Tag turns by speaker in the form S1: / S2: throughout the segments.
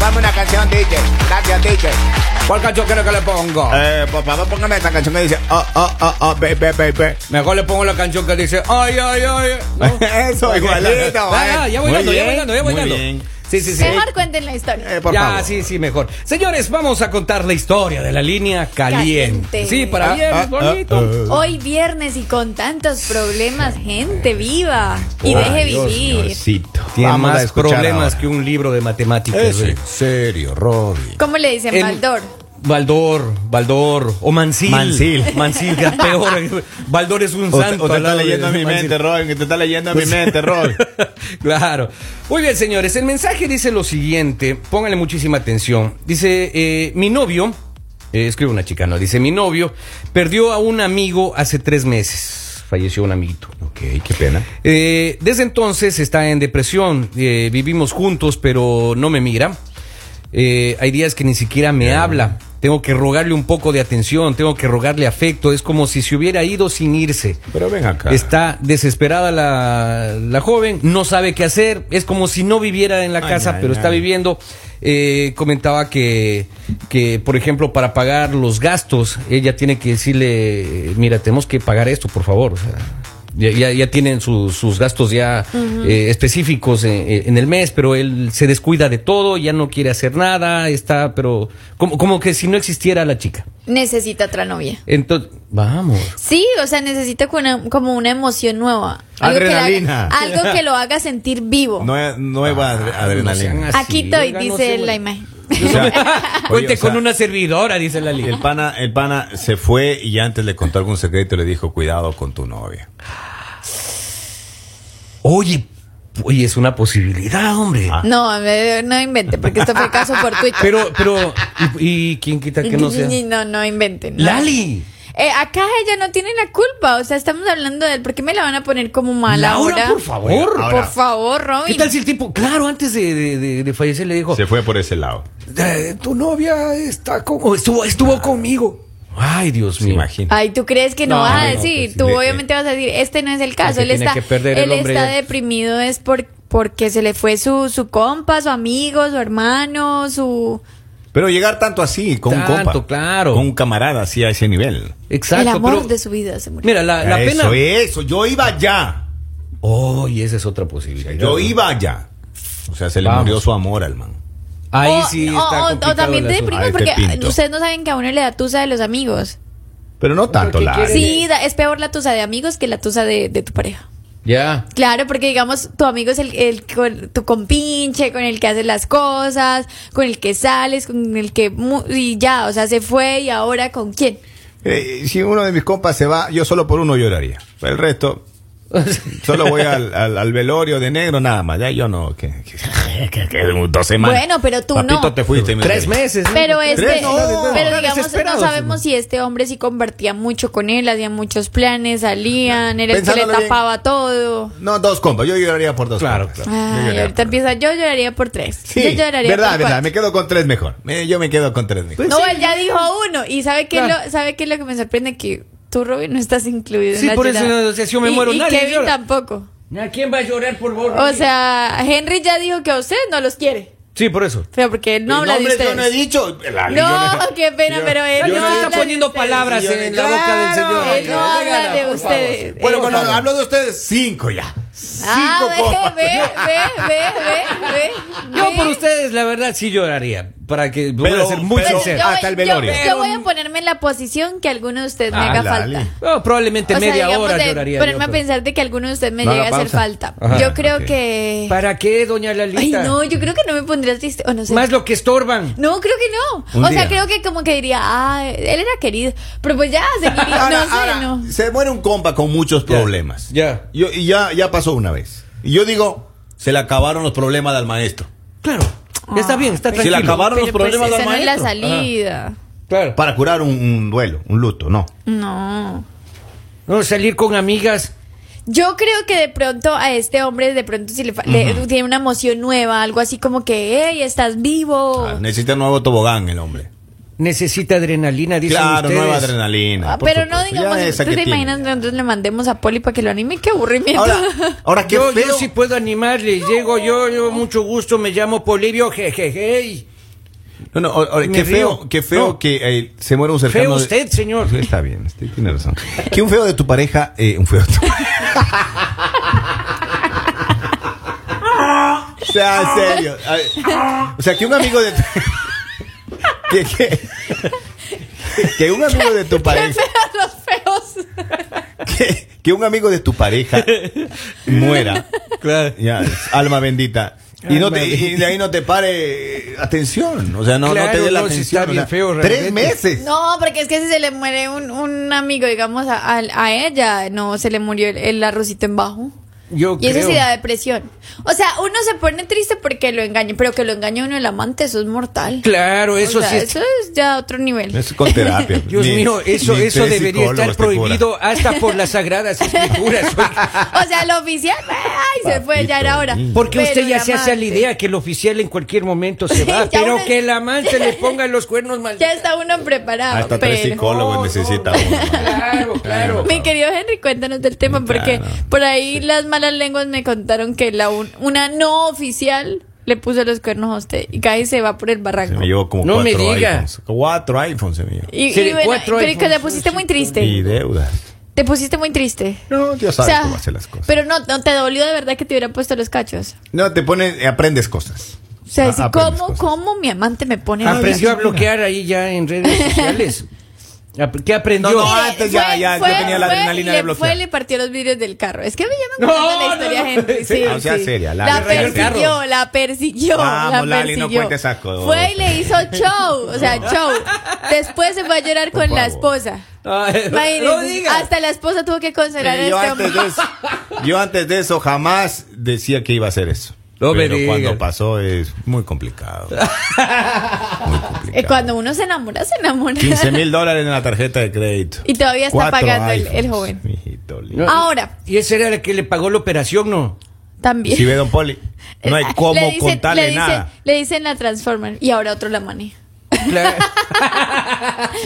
S1: Ponme una canción, DJ. Gracias, DJ.
S2: ¿Cuál canción quiero que le pongo?
S1: Eh, por favor, póngame esta canción que dice, oh, oh, oh, oh, baby, baby.
S2: Mejor le pongo la canción que dice, ay, ay, ay. ¿no?
S1: Eso, igualito.
S2: Ah, ya,
S1: eh.
S2: ya voy
S3: Muy
S2: dando, ya
S3: bien,
S2: voy dando, ya voy
S3: muy
S2: dando.
S3: bien.
S2: Sí, sí, sí.
S4: Mejor cuenten la historia.
S1: Eh, por
S2: ya,
S1: favor.
S2: sí, sí, mejor. Señores, vamos a contar la historia de la línea caliente.
S4: Caliente.
S2: Sí, para
S4: Ah,
S2: viernes, bonito.
S4: Hoy viernes y con tantos problemas, gente viva y deje vivir.
S2: Tiene
S1: Vamos a
S2: más
S1: escuchar
S2: problemas
S1: ahora.
S2: que un libro de matemáticas. güey.
S3: serio, Robbie.
S4: ¿Cómo le dicen,
S2: En-
S4: Baldor?
S2: Baldor, Baldor, o Mancil.
S3: Mancil.
S2: Mancil, que es peor. Baldor es un
S3: O, te-
S2: santo.
S3: o te
S2: al
S3: está
S2: lado de
S3: leyendo mi
S2: Mancil.
S3: mente, Robin, que te está leyendo mi mente, Robin.
S2: Pues, claro. Muy bien, señores. El mensaje dice lo siguiente. Pónganle muchísima atención. Dice, eh, mi novio, eh, escribe una chica, ¿no? Dice, mi novio perdió a un amigo hace tres meses. Falleció un amiguito.
S3: ok, qué pena.
S2: Eh, desde entonces está en depresión. Eh, vivimos juntos, pero no me mira. Eh, hay días que ni siquiera me habla. Tengo que rogarle un poco de atención, tengo que rogarle afecto. Es como si se hubiera ido sin irse.
S3: Pero ven acá.
S2: Está desesperada la, la joven, no sabe qué hacer, es como si no viviera en la
S3: Ay,
S2: casa,
S3: ay,
S2: pero está
S3: ay.
S2: viviendo. Eh, comentaba que, que, por ejemplo, para pagar los gastos, ella tiene que decirle, mira, tenemos que pagar esto, por favor. o sea, ya, ya- ya tienen sus, sus gastos ya eh, específicos en, en el mes, pero él se descuida de todo, ya no quiere hacer nada, está, pero como, como que si no existiera la chica.
S4: Necesita otra novia.
S2: Entonces, vamos.
S4: Sí, o sea, necesita cu- una- como una emoción nueva. que le haga-
S3: Adrenalina.
S4: algo que lo haga sentir
S2: Oh.
S4: vivo.
S3: Nue- nueva
S2: Ah,
S3: adre-
S2: No
S3: adrenalina.
S2: sean así,
S4: Aquí estoy,
S2: oigan, no
S4: dice
S2: sean-
S4: la imagen.
S3: O sea,
S2: Cuente
S3: oye, o sea,
S2: con una servidora, dice la
S3: El
S2: línea.
S3: pana, el pana se fue y antes le contó algún secreto y le dijo, cuidado con tu novia.
S2: Oye, oye, es una posibilidad, hombre.
S3: Ah.
S4: No, me- no invente, porque esto fue caso por Twitter.
S2: Pero, pero, y, y quién quita que no sea?
S4: No, no inventen. no.
S2: Lali.
S4: Eh, acá ella no tiene la culpa, o sea, estamos hablando de él. ¿Por qué me la van a poner como mala
S2: Laura,
S4: ahora?
S2: por favor.
S3: Ahora,
S4: Por favor, Robin.
S2: ¿Qué tal si el tipo, claro, antes de, de- de- de fallecer le dijo,
S3: Se fue por ese lado.
S2: "Eh, tu novia está con, o estuvo,
S3: Ah.
S2: estuvo conmigo? Ay, Dios
S3: Se
S2: mío.
S3: imagina.
S4: Ay, ¿tú crees que no,
S2: No,
S4: vas a
S2: no,
S4: decir?
S3: pues,
S4: Tú
S3: le-
S4: obviamente vas a decir, este no es el caso.
S2: que
S4: Él
S2: tiene
S4: está,
S2: que perder el
S4: él
S2: hombre
S4: está
S2: ya.
S4: deprimido es por, porque se le fue su, su compa, su amigo, su hermano, su...
S3: Pero llegar tanto así, con un
S2: Tanto,
S3: compa.
S2: claro.
S3: Con un camarada así a ese nivel.
S2: Exacto.
S4: el amor
S2: pero-
S4: de su vida se murió.
S2: Mira, Ah, la, la
S3: eso,
S2: pena. Oye,
S3: eso. Yo iba allá.
S2: esa es otra posibilidad.
S3: Yo iba allá. O sea, se le
S2: Vamos.
S3: murió su amor al man.
S2: Ahí
S4: o,
S2: sí
S4: o-
S2: está
S4: o- o
S2: complicado
S4: Oh, también
S2: el
S4: te
S2: asunto.
S4: deprime
S3: Ahí te
S4: porque
S3: pinto.
S4: ustedes no saben que a uno le da tusa de los amigos.
S3: Pero no tanto
S2: qué
S3: la.
S2: quiere?
S4: Sí, da- es peor la tusa de amigos que la tusa de, de tu pareja.
S2: Ya.
S4: Claro, porque digamos, tu amigo es el, el con- tu compinche, con el que haces las cosas, con el que sales, con el que... mu- Y ya, o sea, se fue y ahora con quién.
S3: Eh, si uno de mis compas se va, yo solo por uno lloraría. Pero el resto, solo voy al, al- al velorio de negro nada más. Ya yo no. Que, que- que- que dos semanas.
S4: Bueno, pero tú
S3: Papito,
S4: no.
S3: te fuiste. y me
S2: Tres
S3: quedé.
S2: meses. ¿no?
S4: Pero este,
S3: Tres, no, no,
S4: pero
S2: no,
S4: digamos, no
S2: desesperados.
S4: sabemos si este hombre sí compartía mucho con él, hacían muchos planes, salían, era el que le
S3: Pensándolo bien.
S4: tapaba todo.
S3: No, dos compas. Yo lloraría por dos
S2: Claro,
S3: compas.
S2: claro.
S3: Yo
S4: Ay,
S3: lloraría
S4: ahorita
S3: por-
S4: empieza, yo lloraría por tres.
S3: Sí,
S4: yo lloraría
S3: verdad,
S4: por
S3: verdad.
S4: cuatro.
S3: Me quedo con tres mejor. Me- yo me quedo con tres
S2: Pues
S3: mejor.
S4: No, él ya dijo uno. Y sabe que
S2: Claro.
S4: lo, sabe que lo que me sorprende que tú, Robin, no estás incluido.
S2: Sí,
S4: en la
S2: por eso,
S4: llorada.
S2: o sea, si yo me
S4: Y-
S2: muero,
S4: y
S2: nadie
S4: Kevin
S2: llora.
S4: tampoco.
S2: ¿A quién va a llorar por vos?
S4: O sea, Henry ya dijo que a usted no los quiere.
S2: Sí, por eso.
S4: Pero porque él no habla de
S3: nombres
S4: ustedes.
S3: yo no he dicho. La- yo
S4: No, qué pena,
S3: yo-
S4: pero él
S2: Yo
S4: no,
S2: no
S4: habla
S2: está
S4: de
S2: poniendo
S4: ustedes.
S2: palabras
S3: Yo-
S2: en la boca del
S3: Claro,
S2: señor.
S4: Él no habla de
S2: por favor.
S4: ustedes.
S3: Bueno,
S4: Él
S3: cuando
S4: no.
S3: hablo de ustedes, cinco ya.
S4: Ah,
S3: Cinco compas.
S4: ve, ve, ve, ve, ve, ve.
S2: Yo por ustedes, la verdad, sí lloraría. Para que voy a
S3: Pero-
S2: ser muy
S3: pero-
S2: sincero.
S4: yo,
S3: hasta Ah, el
S4: yo-
S3: velorio.
S4: yo voy a ponerme en la posición que alguno de ustedes me
S2: Ah,
S4: haga
S3: Lali.
S4: falta.
S2: No, probablemente
S4: O sea,
S2: media
S4: digamos,
S2: hora
S4: de
S2: lloraría. yo,
S4: ponerme a
S2: pero-
S4: pensar de que alguno de ustedes me
S3: No haga
S4: llegue a hacer
S3: pausa.
S4: falta.
S3: Ajá,
S4: yo creo
S3: ok.
S4: que...
S2: ¿Para qué, doña Lalita?
S4: Ay, no, yo creo que no me pondría triste. O no sé.
S2: Más lo que estorban.
S4: No, creo que no.
S3: Un
S4: o
S3: día.
S4: sea, creo que como que diría, ah, él era querido. Pero pues ya, seguiría.
S3: Ahora,
S4: no sé,
S3: ahora,
S4: no.
S3: Se muere un compa con muchos problemas.
S2: ya.
S3: Yo- y ya, ya pasó una vez. Y yo digo, se le acabaron los problemas al maestro.
S2: Claro. Ya está bien,
S4: Ah,
S2: está
S3: Se le
S2: tranquilo.
S3: acabaron. los
S4: pues
S3: problemas
S4: esa
S3: del
S4: no es la
S3: maestro.
S4: salida.
S2: Claro.
S3: Para curar un, un duelo, un luto, no.
S4: No.
S2: No salir con amigas.
S4: Yo creo que de pronto a este hombre, de pronto si le, fa- le- tiene una emoción nueva, algo así como que, hey, estás vivo.
S3: Ah, necesita un nuevo tobogán el hombre.
S2: Necesita adrenalina, dicen
S3: Claro,
S2: ustedes.
S3: nueva adrenalina.
S4: Ah,
S3: por
S4: pero no
S3: supuesto. Ya
S4: digamos,
S3: esa
S4: ¿tú
S3: que
S4: te
S3: tiene.
S4: imaginas nosotros le mandemos a Poli para que lo anime? ¡Qué aburrimiento!
S3: Ahora, ahora Ah, qué
S2: Yo,
S3: feo.
S2: yo sí puedo animarle. Llego yo, yo mucho gusto, me llamo Polivio, jejeje.
S3: No, no, o- o-
S2: Me
S3: qué
S2: río.
S3: feo, qué feo
S2: No.
S3: que eh, se muere un cercano.
S2: Feo
S3: de-
S2: usted, señor.
S3: Sí, está bien, usted tiene razón. Que un feo de tu pareja, eh, un feo de tu O sea, en serio. a ver, O sea, que un amigo de tu... que, que- que un amigo de tu pareja,
S4: Los feos.
S3: que, que un amigo de tu pareja muera.
S2: Claro.
S3: Ya, es alma bendita. Y, no
S2: Alma
S3: te, y de ahí no te pare atención. O sea, no, no
S2: Claro,
S3: te dé la
S2: no, si está
S3: atención. o sea,
S2: bien feo,
S3: tres
S2: realmente.
S3: meses.
S4: No, porque es que si se le muere un, un amigo, digamos, a, a- a ella, no se le murió el, el arrocito en bajo.
S2: Yo
S4: y eso
S2: creo.
S4: sí da depresión. O sea, uno se pone triste porque lo engaña, pero que lo engañe uno el amante, eso es mortal.
S2: Claro, eso
S4: O sea,
S2: sí. es-
S4: Eso es ya otro nivel.
S3: Es con terapia.
S2: Dios
S3: Ni-
S2: mío, eso,
S3: ni
S2: eso
S3: tres
S2: debería estar
S3: psicólogos te
S2: prohibido hasta por las sagradas escrituras. oiga.
S4: O sea, lo oficial, ay, se fue, ya era hora.
S2: Porque
S4: Pero
S2: usted ya
S4: el
S2: se hace a la
S4: amante,
S2: idea que el oficial en cualquier momento se va,
S4: Ya
S2: pero
S4: una-
S2: que el amante le ponga los cuernos mal.
S4: Ya está uno preparado.
S3: Hasta Ah, tres
S4: pero-
S3: psicólogos necesita uno.
S2: Claro, claro.
S4: Mi querido Henry, cuéntanos del tema, porque
S3: Claro.
S4: por ahí las malas lenguas me contaron que la un- una no oficial le puso los cuernos a usted y casi se va por el
S3: Se
S4: barranco.
S3: me llevó como
S2: No me
S3: cuatro
S2: diga.
S3: iPhones. Cuatro iPhones se me llevó.
S4: Y,
S2: Sí,
S4: y bueno,
S2: cuatro
S4: pero que
S2: iPhones,
S4: te pusiste muy
S3: Y
S4: triste.
S3: deudas.
S4: Te pusiste muy triste.
S3: No, Dios
S4: O
S3: sabe
S4: sea,
S3: cómo hacer las cosas.
S4: Pero no, no te dolió de verdad que te hubieran puesto los cachos.
S3: No, te pones, eh, aprendes cosas.
S4: O sea,
S3: Ah,
S4: decir,
S3: aprendes
S4: ¿cómo,
S3: cosas.
S4: ¿cómo mi amante me pone los
S2: Aprendió a
S4: cachos?
S2: bloquear ahí ya en redes sociales. Ap- ¿Qué aprendió?
S3: No, no,
S4: Mire,
S3: antes ya-
S4: fue-
S3: ya- yo
S4: fue-
S3: tenía la
S4: fue-
S3: adrenalina
S4: le
S3: de bloquear.
S4: Fue y le partió los vidrios del carro. Es que me llaman
S2: No,
S4: contando la
S2: no,
S4: historia,
S2: no.
S4: Henry. Sí,
S3: No, sea
S4: sí.
S3: seria,
S4: la,
S3: Lali, sea
S4: persiguió,
S2: seria.
S4: la persiguió,
S3: Vamos,
S4: la
S3: Lali, no
S4: persiguió.
S3: cuentes esas cosas.
S4: Fue y le hizo show, o sea, show. Después se fue a llorar
S3: Por
S4: con la
S3: favor.
S4: esposa.
S2: Ay,
S4: Imagínense,
S2: Ah, no diga.
S4: hasta la esposa tuvo que consolar a
S3: Eh, yo,
S4: este
S3: antes
S4: hombre.
S3: de eso, yo antes de eso jamás decía que iba a hacer eso.
S2: No me
S3: pero
S2: diga.
S3: cuando pasó es muy complicado. Muy complicado.
S4: Eh, Cuando uno se enamora, se enamora.
S3: 15 mil dólares en la tarjeta de crédito.
S4: Y todavía está
S3: Cuatro
S4: pagando el- el
S3: iPhones,
S4: joven.
S3: mijito lindo.
S2: No,
S4: Ahora.
S2: Y ese era el que le pagó la operación, ¿no?
S4: También.
S3: Si ve Don Poli, no hay
S4: Eh, Le
S3: cómo
S4: dicen-
S3: contarle
S4: le dicen-
S3: nada.
S4: Le dicen la Transformer y ahora otro la maneja.
S2: Claro.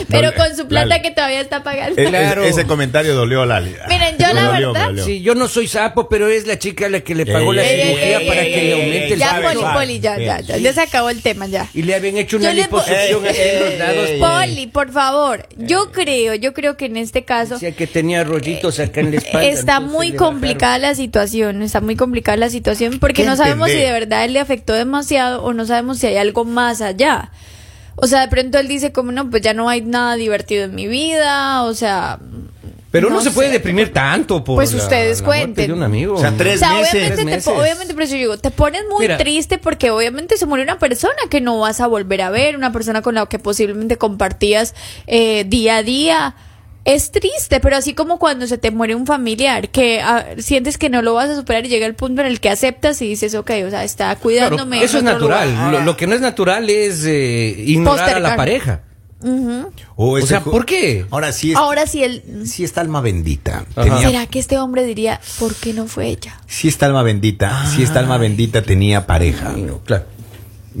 S4: Pero
S3: Dale,
S4: con su plata
S3: dale.
S4: que todavía está pagando.
S3: E- e-
S2: Claro.
S3: ese comentario dolió, Lali.
S4: Miren, yo
S3: Me
S4: la
S3: dolió,
S4: verdad-
S3: me dolió.
S2: Sí, yo no soy sapo, pero es la chica la que le pagó la
S3: Ey, ey,
S2: cirugía
S3: ey,
S2: para
S3: ey,
S2: que
S3: ey,
S2: le
S3: ey,
S2: aumente el
S3: ey,
S4: Eh, ya,
S3: suave,
S4: Poli,
S2: sueldo.
S3: suave.
S4: Poli, ya, ya, ya, ya se acabó el tema, ya.
S2: Y le habían hecho una
S4: Yo le po-
S2: liposucción aquí en los lados. pues, Eh.
S3: Ey,
S4: Poli, por favor, yo creo, yo creo que en este caso
S2: Decía que tenía rollitos acá en la espalda.
S4: Eh, está
S2: entonces
S4: muy
S2: le bajaron.
S4: complicada la situación, está muy complicada la situación porque
S3: ¿Qué
S4: no sabemos si
S3: entender?
S4: de verdad él le afectó demasiado o no sabemos si hay algo más allá. O sea, de pronto él dice como no, pues ya no hay nada divertido en mi vida, o sea,
S2: Pero uno
S4: No
S2: se puede
S4: sé.
S2: deprimir tanto por
S4: Pues
S2: la-
S4: ustedes
S2: la muerte
S4: cuenten.
S2: de un amigo.
S3: O sea,
S4: O
S3: tres
S4: sea,
S3: meses.
S4: obviamente,
S2: Tres
S4: te po-
S2: meses.
S4: obviamente, por eso yo digo, te pones muy
S2: Mira.
S4: triste porque obviamente se murió una persona que no vas a volver a ver, una persona con la que posiblemente compartías eh, día a día. Es triste, pero así como cuando se te muere un familiar, que ah, sientes que no lo vas a superar y llega el punto en el que aceptas y dices, ok, o sea, está
S2: Claro,
S4: cuidándome. en
S2: eso es
S4: otro
S2: natural.
S4: lugar".
S2: Lo, lo que no es natural es eh, ignorar a
S4: Postergar.
S2: la pareja.
S3: Oh, ese
S2: sea,
S3: jo-
S2: ¿por qué?
S3: Ahora sí, es,
S4: Ahora sí, él,
S3: sí está alma bendita.
S2: Ajá.
S3: Tenía
S4: ¿será que este hombre diría, ¿por qué no fue ella?
S3: Si esta alma bendita, si esta alma bendita tenía pareja.
S2: Claro.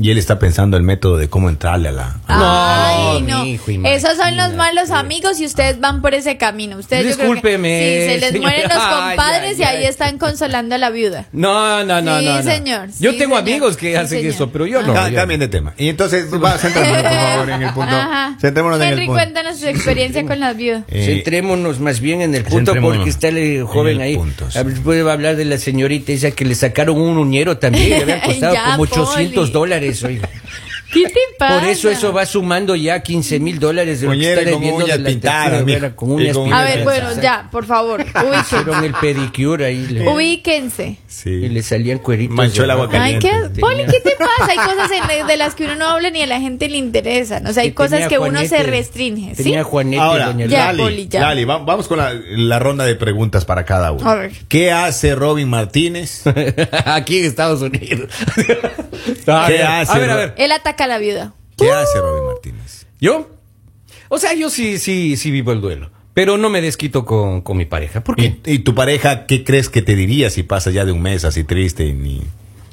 S3: Y él está pensando el método de cómo entrarle a la.
S4: Ay, no.
S2: mi hijo,
S4: Esos son los malos amigos y ustedes van por ese camino. Ustedes yo creo que-
S2: Discúlpeme,
S4: sí, se les
S2: señora.
S4: mueren los
S2: Ay,
S4: compadres
S2: ay,
S4: y ahí
S2: ay.
S4: están consolando a la viuda.
S2: No, no, no,
S4: Sí,
S2: no, no.
S4: señor,
S2: Yo
S4: sí,
S2: tengo
S4: señor.
S2: amigos que
S4: Sí,
S2: hacen
S4: señor. Ah.
S2: eso, pero yo no.
S3: Ca-
S2: yo-
S3: Ah, Cambien de tema. Y entonces, va, centrémonos, por favor, en el punto.
S4: Ajá.
S3: Centrémonos en el
S4: Henry,
S3: punto.
S4: cuéntanos su experiencia con las viudas.
S3: Eh,
S2: Centrémonos más bien en el punto
S3: centrémonos
S2: porque está el
S3: en
S2: joven
S3: el
S2: ahí.
S3: punto, sí.
S2: Hab- Puede hablar de la señorita esa que le sacaron un uñero también, le habían costado
S4: Ya,
S2: como 800
S4: Poli.
S2: dólares. oiga.
S4: ¿Qué te pasa?
S2: Por eso eso va sumando ya 15 mil dólares de lo que
S3: Uñero
S2: está
S3: con
S2: debiendo de
S3: uñas
S2: la
S3: pintadas,
S2: tercera
S3: mijo.
S2: guerra,
S3: Y
S2: con uñas
S3: con
S4: A
S2: pintadas.
S4: ver, bueno, ya, por favor,
S2: Hicieron
S4: ubíquense.
S2: el pedicure ahí. le-
S4: Ubíquense.
S3: sí.
S2: Y le salían cueritos.
S3: Manchó el
S2: de-
S3: agua
S4: Ay,
S3: caliente.
S4: ¿qué?
S2: Tenía-
S4: Poli, ¿qué te pasa? Hay cosas en- de las que uno no habla ni a la gente le interesan. O sea, hay
S2: que
S4: cosas
S2: tenía
S4: que uno se
S2: Juanete-
S4: restringe, ¿sí?
S2: Tenía Juanete y
S3: Ahora,
S2: Doña
S4: Ya,
S2: Lali.
S3: Lali,
S4: Poli, ya.
S3: Lali, va- vamos con la, la ronda de preguntas para cada uno.
S4: A ver.
S3: ¿Qué hace Robin Martínez?
S2: Aquí en Estados Unidos.
S3: ¿Qué
S2: ver,
S3: hace,
S2: a ver, a
S3: bro?
S2: ver.
S4: Él ataca a la viuda.
S3: ¿Qué hace Robin Martínez?
S2: ¿Yo? O sea, yo sí, sí, sí vivo el duelo. Pero no me desquito con, con mi pareja. ¿Por qué?
S3: ¿Y, y tu pareja qué crees que te diría si pasa ya de un mes así triste y ni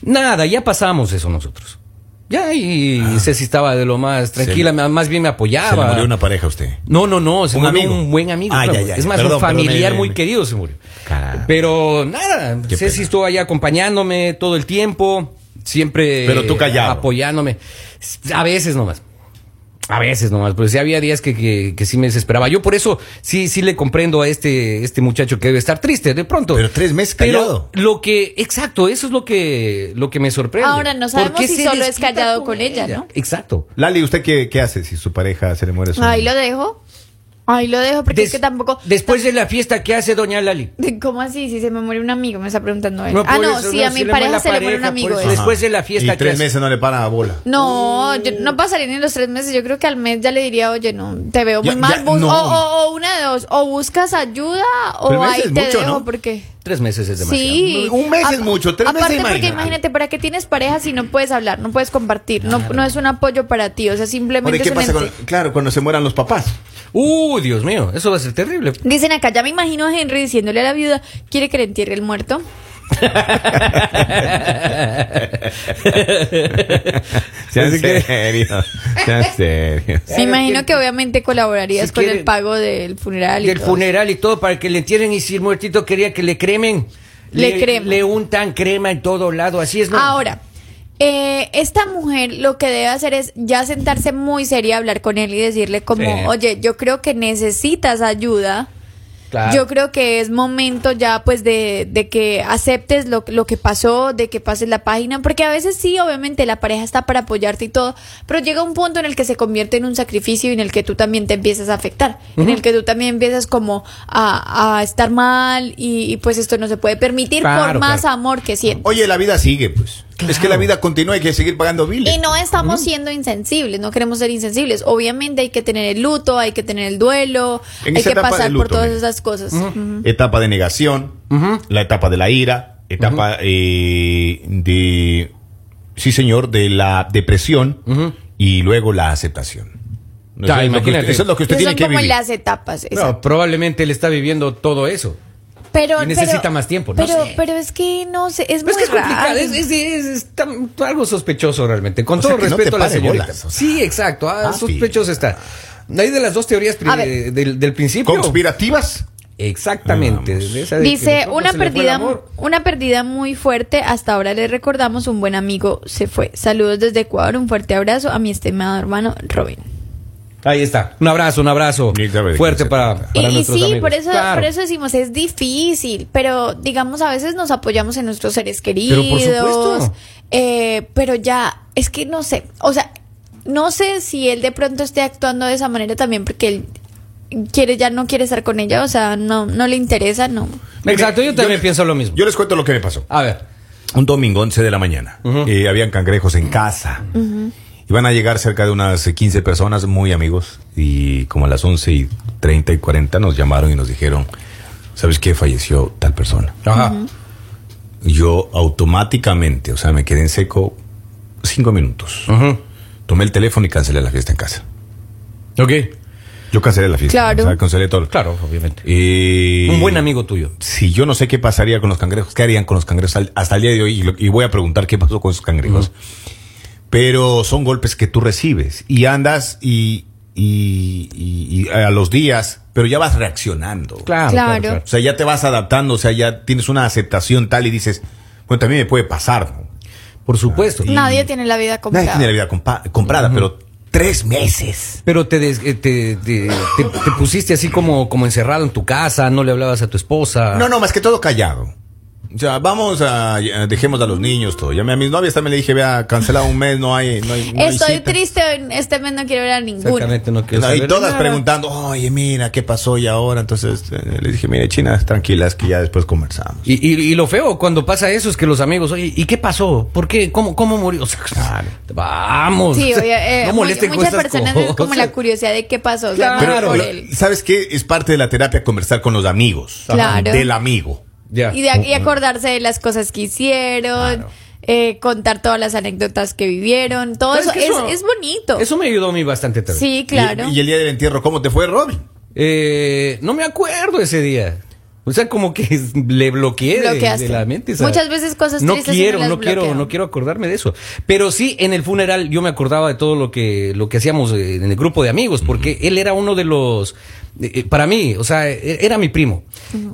S2: Nada, ya pasamos eso nosotros. Ya, y Ceci estaba de lo más tranquila,
S3: Se
S2: más bien me
S4: Ah,
S2: apoyaba.
S3: Ah. se le murió una pareja a usted?
S2: No, no, no, se
S3: ¿Un
S2: murió
S3: amigo?
S2: un buen amigo.
S3: Ah,
S2: claro.
S3: ya, ya,
S2: es
S3: ya.
S2: más,
S3: Perdón,
S2: un
S3: perdón,
S2: familiar
S3: me-
S2: muy
S3: me-
S2: querido se murió.
S3: Caramba.
S2: Pero nada,
S3: Qué
S2: Ceci
S3: pena.
S2: estuvo ahí acompañándome todo el tiempo. siempre
S3: Pero tú callado.
S2: apoyándome. A veces nomás. A veces nomás, pero sí había días que, que, que sí me desesperaba. Yo por eso sí, sí le comprendo a este, este muchacho que debe estar triste de pronto.
S3: Pero tres meses callado.
S2: Pero lo que, exacto, eso es lo que, lo que me sorprende.
S4: Ahora, no sabemos
S2: ¿Por qué
S4: si
S2: se
S4: solo es
S2: desquita
S4: callado con ella, ¿no?
S2: Exacto.
S3: Lali, ¿usted qué, qué hace si su pareja se le muere su
S4: Ahí lo dejo. Ahí lo dejo porque
S2: Des-
S4: es que tampoco.
S2: Después de la fiesta que hace doña Lali.
S4: ¿Cómo así? Si se me muere un amigo, me está preguntando él. ah,
S2: por
S4: no,
S2: eso,
S4: sí, a
S2: si
S4: mi
S2: le muere
S4: pareja
S2: la
S4: se le muere un
S2: pareja, por
S4: amigo.
S2: eso.
S4: es-
S2: Después de la fiesta
S3: Y
S2: que
S3: tres
S2: hace.
S3: meses no le paran a bola.
S4: No, yo no pasaría ni los tres meses. Yo creo que al mes ya le diría, oye, no, te veo muy
S3: Ya-
S4: mal.
S3: ya,
S4: bus-
S3: no.
S4: o, o- o una de dos, o buscas ayuda o
S3: Tres meses
S4: ahí
S3: es
S4: te
S3: mucho,
S4: dejo
S3: ¿no?
S4: porque.
S2: Tres meses es demasiado.
S4: Sí.
S3: Un mes es
S4: Ap-
S3: mucho, tres meses
S4: Aparte porque
S3: imagínate.
S4: imagínate, ¿para qué tienes pareja si no puedes hablar, no puedes compartir, no, no es un apoyo para ti? O sea, simplemente
S3: Oye, ¿qué
S4: es un
S3: pasa con,
S4: ente-
S3: claro, cuando se mueran los papás?
S2: Uh, Dios mío, eso va a ser terrible.
S4: Dicen acá, ya me imagino a Henry diciéndole a la viuda, ¿quiere que le entierre el muerto?
S3: Sean
S2: Así que-
S3: serios, sean serios.
S4: Me imagino que obviamente colaborarías
S2: Si
S4: con
S2: quiere-
S4: el pago del funeral. Y
S2: Del
S4: todo.
S2: funeral y todo para que le entierren y si el muertito quería que le cremen.
S4: Le creman.
S2: Le untan crema en todo lado, así es. ¿no?
S4: Ahora, eh, esta mujer lo que debe hacer es ya sentarse muy seria, hablar con él y decirle como,
S2: Sí.
S4: oye, yo creo que necesitas ayuda.
S2: Claro.
S4: Yo creo que es momento ya pues de, de que aceptes lo, lo que pasó, de que pases la página, porque a veces sí, obviamente la pareja está para apoyarte y todo, pero llega un punto en el que se convierte en un sacrificio y en el que tú también te empiezas a afectar, en el que tú también empiezas como a, a estar mal y, y, pues esto no se puede permitir
S2: Claro,
S4: por más
S2: claro.
S4: amor que sientes.
S3: Oye, la vida sigue, pues. Es que la vida continúa, hay que seguir pagando
S4: Y
S3: biles.
S4: no
S3: Mm.
S4: estamos siendo insensibles, no queremos ser insensibles. Obviamente hay que tener el luto, hay que tener el duelo,
S3: En
S4: hay
S3: esa
S4: que
S3: etapa
S4: pasar
S3: del
S4: por
S3: luto, Mm.
S4: todas
S3: mira.
S4: esas cosas. Ujú.
S3: Etapa de negación, la etapa de la ira, etapa eh, de, sí señor, de la depresión y luego la aceptación.
S2: Ya,
S3: Eso es lo que
S2: imagínate.
S3: usted- eso es lo que usted
S4: Esas
S3: tiene
S4: son
S3: que
S4: como
S3: vivir.
S4: las etapas.
S2: No,
S4: exacto.
S2: probablemente él está viviendo todo eso.
S4: pero,
S2: y necesita más tiempo, no
S4: pero,
S2: sé.
S4: pero es que no sé, es
S2: Pero es que
S4: muy
S2: es complicado,
S4: raro.
S2: es, es- es- es tam- algo sospechoso realmente. Con
S3: O
S2: todo
S3: sea, que no
S2: respeto
S3: te
S2: a la
S3: pare
S2: señorita.
S3: bolas, o sea.
S2: sí, exacto. ah,
S3: Papi.
S2: sospechoso está. Ahí de las dos teorías pri-
S4: A ver.
S2: del, del principio.
S3: ¿Conspirativas?
S2: Exactamente.
S3: Vamos.
S2: de esa de que de
S4: Dice,
S2: pronto se
S4: una
S2: le fue el
S4: pérdida,
S2: amor.
S4: una pérdida muy fuerte. Hasta ahora le recordamos, un buen amigo se fue. Saludos desde Ecuador, un fuerte abrazo a mi estimado hermano Robin.
S2: Ahí está. Un abrazo, un abrazo.
S3: Ni sabe de qué
S2: Fuerte
S3: se
S2: para,
S3: trata.
S2: para
S4: y, y
S2: nuestros
S4: sí,
S2: amigos.
S4: por eso,
S2: Claro.
S4: por eso decimos es difícil, pero digamos a veces nos apoyamos en nuestros seres
S2: Pero por
S4: queridos.
S2: supuesto.
S4: eh, pero ya es que no sé, o sea, no sé si él de pronto esté actuando de esa manera también porque él quiere ya no quiere estar con ella, o sea, no no le interesa, no.
S2: Exacto,
S3: Mire,
S2: yo también
S3: le-
S2: pienso lo mismo.
S3: Yo les cuento lo que me pasó.
S2: A ver.
S3: Un domingo, 11 de la mañana. Eh, habían cangrejos en casa. Iban a llegar cerca de unas 15 personas, muy amigos. Y como a las 11 y 30 y 40 nos llamaron y nos dijeron, ¿sabes qué? Falleció tal persona.
S2: Ajá.
S3: Yo automáticamente, o sea, me quedé en seco cinco minutos.
S2: Ujú.
S3: Tomé el teléfono y cancelé la fiesta en casa.
S2: Ok.
S3: Yo cancelé la fiesta.
S4: Claro.
S3: O sea, cancelé todo.
S2: Claro, obviamente.
S3: Eh,
S2: Un buen amigo tuyo.
S3: Sí, yo no sé qué pasaría con los cangrejos, qué harían con los cangrejos al- hasta el día de hoy, y, lo- y voy a preguntar qué pasó con esos cangrejos. Pero son golpes que tú recibes y andas y, y- y- y a los días, pero ya vas reaccionando.
S2: Claro.
S4: Claro.
S3: O sea, ya te vas adaptando, o sea, ya tienes una aceptación tal y dices, bueno, también me puede pasar. ¿no?
S2: Por supuesto.
S3: Y-
S4: Nadie tiene la vida
S3: Nadie tiene la
S4: comprada.
S3: vida compa- comprada, pero tres meses.
S2: Pero te, des- eh, te, te- te- te pusiste así como, como encerrado en tu casa, no le hablabas a tu esposa.
S3: No, no, más que todo callado. Ah. O sea, vamos a, ya, dejemos a los niños todo. Llamé a mis novias, también le dije, vea, cancelado un mes, no hay, no hay- no hay
S4: Estoy
S3: cita.
S4: triste, este mes no quiero ver a ninguno.
S2: Exactamente, no quiero
S3: No, y
S2: saber
S3: todas
S2: nada.
S3: preguntando, oye, mira, ¿qué pasó y ahora? Entonces eh, les dije, mire, chinas, tranquilas, que ya después conversamos.
S2: Y, y- y lo feo cuando pasa eso es que los amigos, oye, ¿y qué pasó? ¿por qué? ¿Cómo, cómo murió? O sea,
S3: Claro.
S2: Vamos.
S4: Sí,
S2: O sea,
S4: oye, eh,
S2: no
S4: mu-
S2: molesten con
S4: muchas
S2: esas
S4: personas es como
S2: cosas.
S4: la curiosidad de qué pasó, o sea, no
S2: Claro.
S3: Pero,
S4: Ah, por
S3: lo-
S4: él.
S3: ¿sabes qué? Es parte de la terapia conversar con los amigos.
S4: Claro.
S3: Del amigo.
S2: Ya.
S4: Y, de, ac- y acordarse de las cosas que hicieron,
S3: Claro.
S4: eh, contar todas las anécdotas que vivieron, todo
S2: ¿Sabes
S4: eso
S2: qué?
S4: es, es bonito.
S2: Eso me ayudó a mí bastante también.
S4: sí, claro.
S3: Y, y el día del entierro, ¿cómo te fue, Robin?
S2: Eh, no me acuerdo ese día. O sea, como que le bloqueé de- de,
S4: Bloqueaste.
S2: la mente. o sea,
S4: Muchas veces cosas
S2: no
S4: tristes uno
S2: quiero,
S4: las
S2: no quiero,
S4: bloquea.
S2: no quiero acordarme de eso. Pero sí, en el funeral yo me acordaba de todo lo que lo que hacíamos eh, en el grupo de amigos, porque él era uno de los eh, eh, para mí, o sea, e- era mi primo.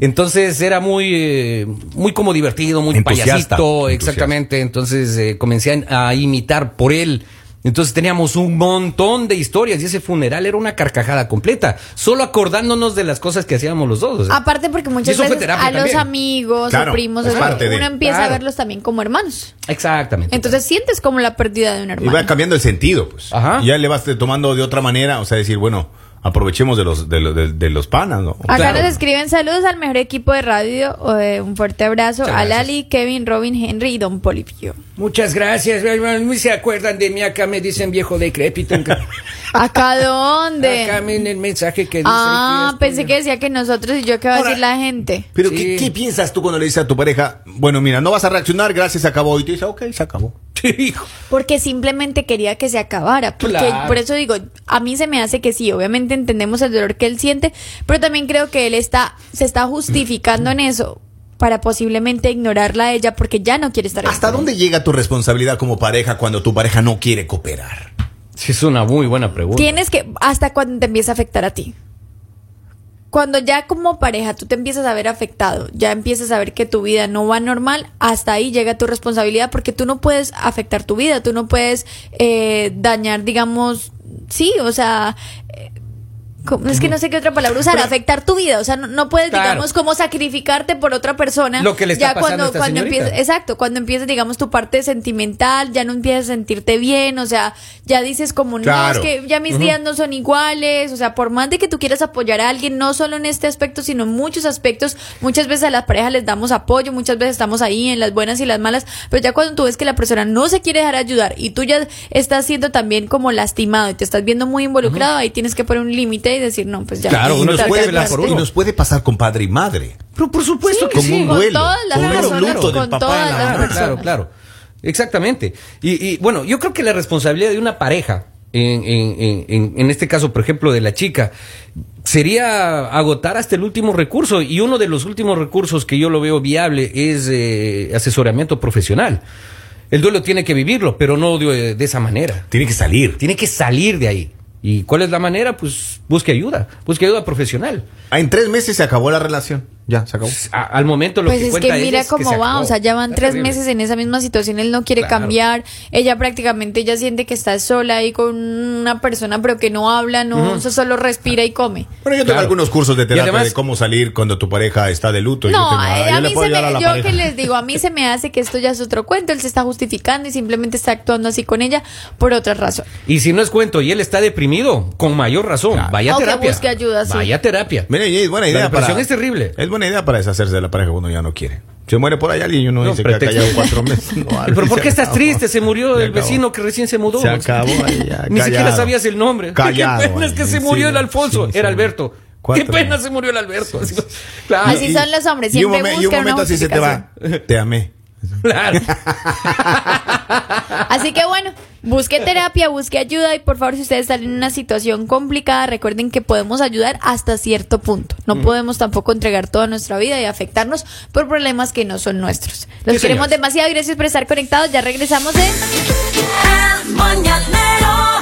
S2: Entonces era muy eh, muy como divertido, muy
S3: Entusiasta.
S2: payasito,
S3: Entusiasta.
S2: exactamente. Entonces eh, comencé a, a imitar por él. Entonces teníamos un montón de historias y ese funeral era una carcajada completa, solo acordándonos de las cosas que hacíamos los dos. o sea.
S4: Aparte porque muchas
S2: eso fue
S4: veces
S2: terapia
S4: a los
S2: también.
S4: amigos
S3: Claro,
S4: o primos
S3: es
S4: o-
S3: parte de-
S4: uno empieza
S2: Claro.
S4: a verlos también como hermanos.
S2: Exactamente.
S4: Entonces sientes como la pérdida de un
S3: Y
S4: hermano.
S3: va cambiando el sentido, pues.
S2: Ajá.
S3: Y Ya le vas eh, tomando de otra manera, o sea, decir, bueno, aprovechemos de los, de, los- de- de los panas, ¿no?
S4: Acá
S2: Claro.
S4: nos escriben saludos al mejor equipo de radio. eh, un fuerte abrazo
S2: Muchas
S4: a
S2: gracias.
S4: Lali, Kevin, Robin, Henry y Don Polipio.
S2: Muchas gracias. Muy se acuerdan de mí. Acá me dicen viejo decrépito.
S4: ¿Acá dónde?
S2: Acá miren el mensaje que dice.
S4: ah, pensé que decía que nosotros y yo qué va a decir la gente.
S3: Pero
S2: Sí.
S3: ¿qué, qué piensas tú cuando le dices a tu pareja, bueno, mira, no vas a reaccionar, gracias, se acabó? Y te dice, ok, se acabó.
S2: Hijo.
S4: Porque simplemente quería que se acabara. Porque
S2: Claro.
S4: por eso digo, a mí se me hace que sí, obviamente entendemos el dolor que él siente, pero también creo que él está, se está justificando en eso para posiblemente ignorarla a ella porque ya no quiere estar ahí.
S3: ¿Hasta dónde llega tu responsabilidad como pareja cuando tu pareja no quiere cooperar?
S2: Sí, es una muy buena pregunta.
S4: Tienes que, hasta cuando te empieza a afectar a ti. Cuando ya como pareja tú te empiezas a ver afectado, ya empiezas a ver que tu vida no va normal, hasta ahí llega tu responsabilidad porque tú no puedes afectar tu vida, tú no puedes eh, dañar, digamos, sí, o sea... eh, ¿cómo? Es que no sé qué otra palabra usar, afectar tu vida, o sea, no, no puedes,
S2: Claro.
S4: digamos, como sacrificarte por otra persona.
S2: Lo que le está pasando a esta
S4: cuando
S2: señorita.
S4: empieza- Exacto, cuando empiezas, digamos, tu parte sentimental, ya no empiezas a sentirte bien, o sea, ya dices como,
S3: Claro.
S4: no, es que ya mis días no son iguales, o sea, por más de que tú quieras apoyar a alguien, no solo en este aspecto, sino en muchos aspectos, muchas veces a las parejas les damos apoyo, muchas veces estamos ahí en las buenas y las malas, pero ya cuando tú ves que la persona no se quiere dejar ayudar y tú ya estás siendo también como lastimado y te estás viendo muy involucrado, ahí tienes que poner un límite y decir, no, pues ya.
S2: Claro,
S3: y
S2: uno
S3: nos
S2: se
S3: puede
S2: puede velar por
S3: pas-
S2: uno.
S3: y nos puede pasar con padre y madre.
S2: Pero por supuesto que
S3: como
S2: sí.
S3: un duelo,
S4: todas las
S3: como
S2: personas,
S3: un luto del
S4: con
S3: papá
S4: todas
S3: de la
S4: las
S3: mamá.
S2: Claro, claro, claro. Exactamente. Y, y, bueno, yo creo que la responsabilidad de una pareja, en, en- en- en- en este caso, por ejemplo, de la chica, sería agotar hasta el último recurso. Y uno de los últimos recursos que yo lo veo viable es eh, asesoramiento profesional. El duelo tiene que vivirlo, pero no de, de esa manera.
S3: Tiene que salir.
S2: Tiene que salir de ahí. ¿Y cuál es la manera? Pues busque ayuda, busque ayuda profesional.
S3: Ah, En tres meses se acabó la relación. Ya, se acabó.
S2: A- al momento lo
S4: Pues
S2: que
S4: es
S2: cuenta
S4: que
S2: ella
S4: mira
S2: es
S4: cómo
S2: se
S4: va,
S2: acabó.
S4: o sea, ya van
S2: Está
S4: tres
S2: terrible.
S4: meses en esa misma situación, él no quiere
S2: Claro.
S4: cambiar, ella prácticamente ella siente que está sola ahí con una persona pero que no habla, no, so- solo respira y come.
S3: Bueno, yo tengo
S2: Claro.
S3: algunos cursos de
S2: Y
S3: terapia
S2: además-
S3: de cómo salir cuando tu pareja está de luto. Yo
S4: No,
S3: tengo-
S4: a,
S3: ah,
S4: a
S3: yo le
S4: mí
S3: puedo
S4: se
S3: ayudar a
S4: me,
S3: la
S4: yo
S3: pareja.
S4: que les digo, a mí se me hace que esto ya es otro cuento, él se está justificando y simplemente está actuando así con ella por otra razón.
S2: Y si no es cuento y él está deprimido, con mayor razón, vaya a
S4: O que
S2: terapia.
S4: busque ayuda, sí.
S2: Vaya a terapia.
S3: Mira, y es buena
S2: La
S3: idea.
S2: depresión es terrible.
S3: Es buena idea para deshacerse de la pareja cuando ya no quiere. Se muere por ahí alguien y uno
S2: No,
S3: dice que ha
S2: pretexto.
S3: callado cuatro meses. No,
S2: ¿Y ¿Pero
S3: se
S2: por qué estás
S3: acabó.
S2: triste? Se murió
S3: Se
S2: el
S3: acabó.
S2: vecino que recién se mudó.
S3: Se acabó. ahí, ya,
S2: Ni siquiera
S3: callado.
S2: sabías el nombre.
S3: Callado.
S2: Qué pena es que
S3: ahí,
S2: se
S3: sí,
S2: murió el
S3: sí,
S2: Alfonso.
S3: sí,
S2: Era
S3: sí.
S2: Alberto. Qué
S3: Cuatro
S2: pena
S3: meses.
S2: se murió el Alberto. Claro.
S4: Así son los hombres,
S3: Y un,
S4: siempre
S3: momen- y un
S4: buscan una
S3: momento así se te va. Te amé.
S2: Claro.
S4: Así que bueno, busque terapia, busque ayuda y por favor si ustedes están en una situación complicada, recuerden que podemos ayudar hasta cierto punto. No podemos tampoco entregar toda nuestra vida y afectarnos por problemas que no son nuestros. Los
S2: Sí,
S4: queremos
S2: señor.
S4: demasiado, gracias por estar conectados, ya regresamos de...
S5: El mañanero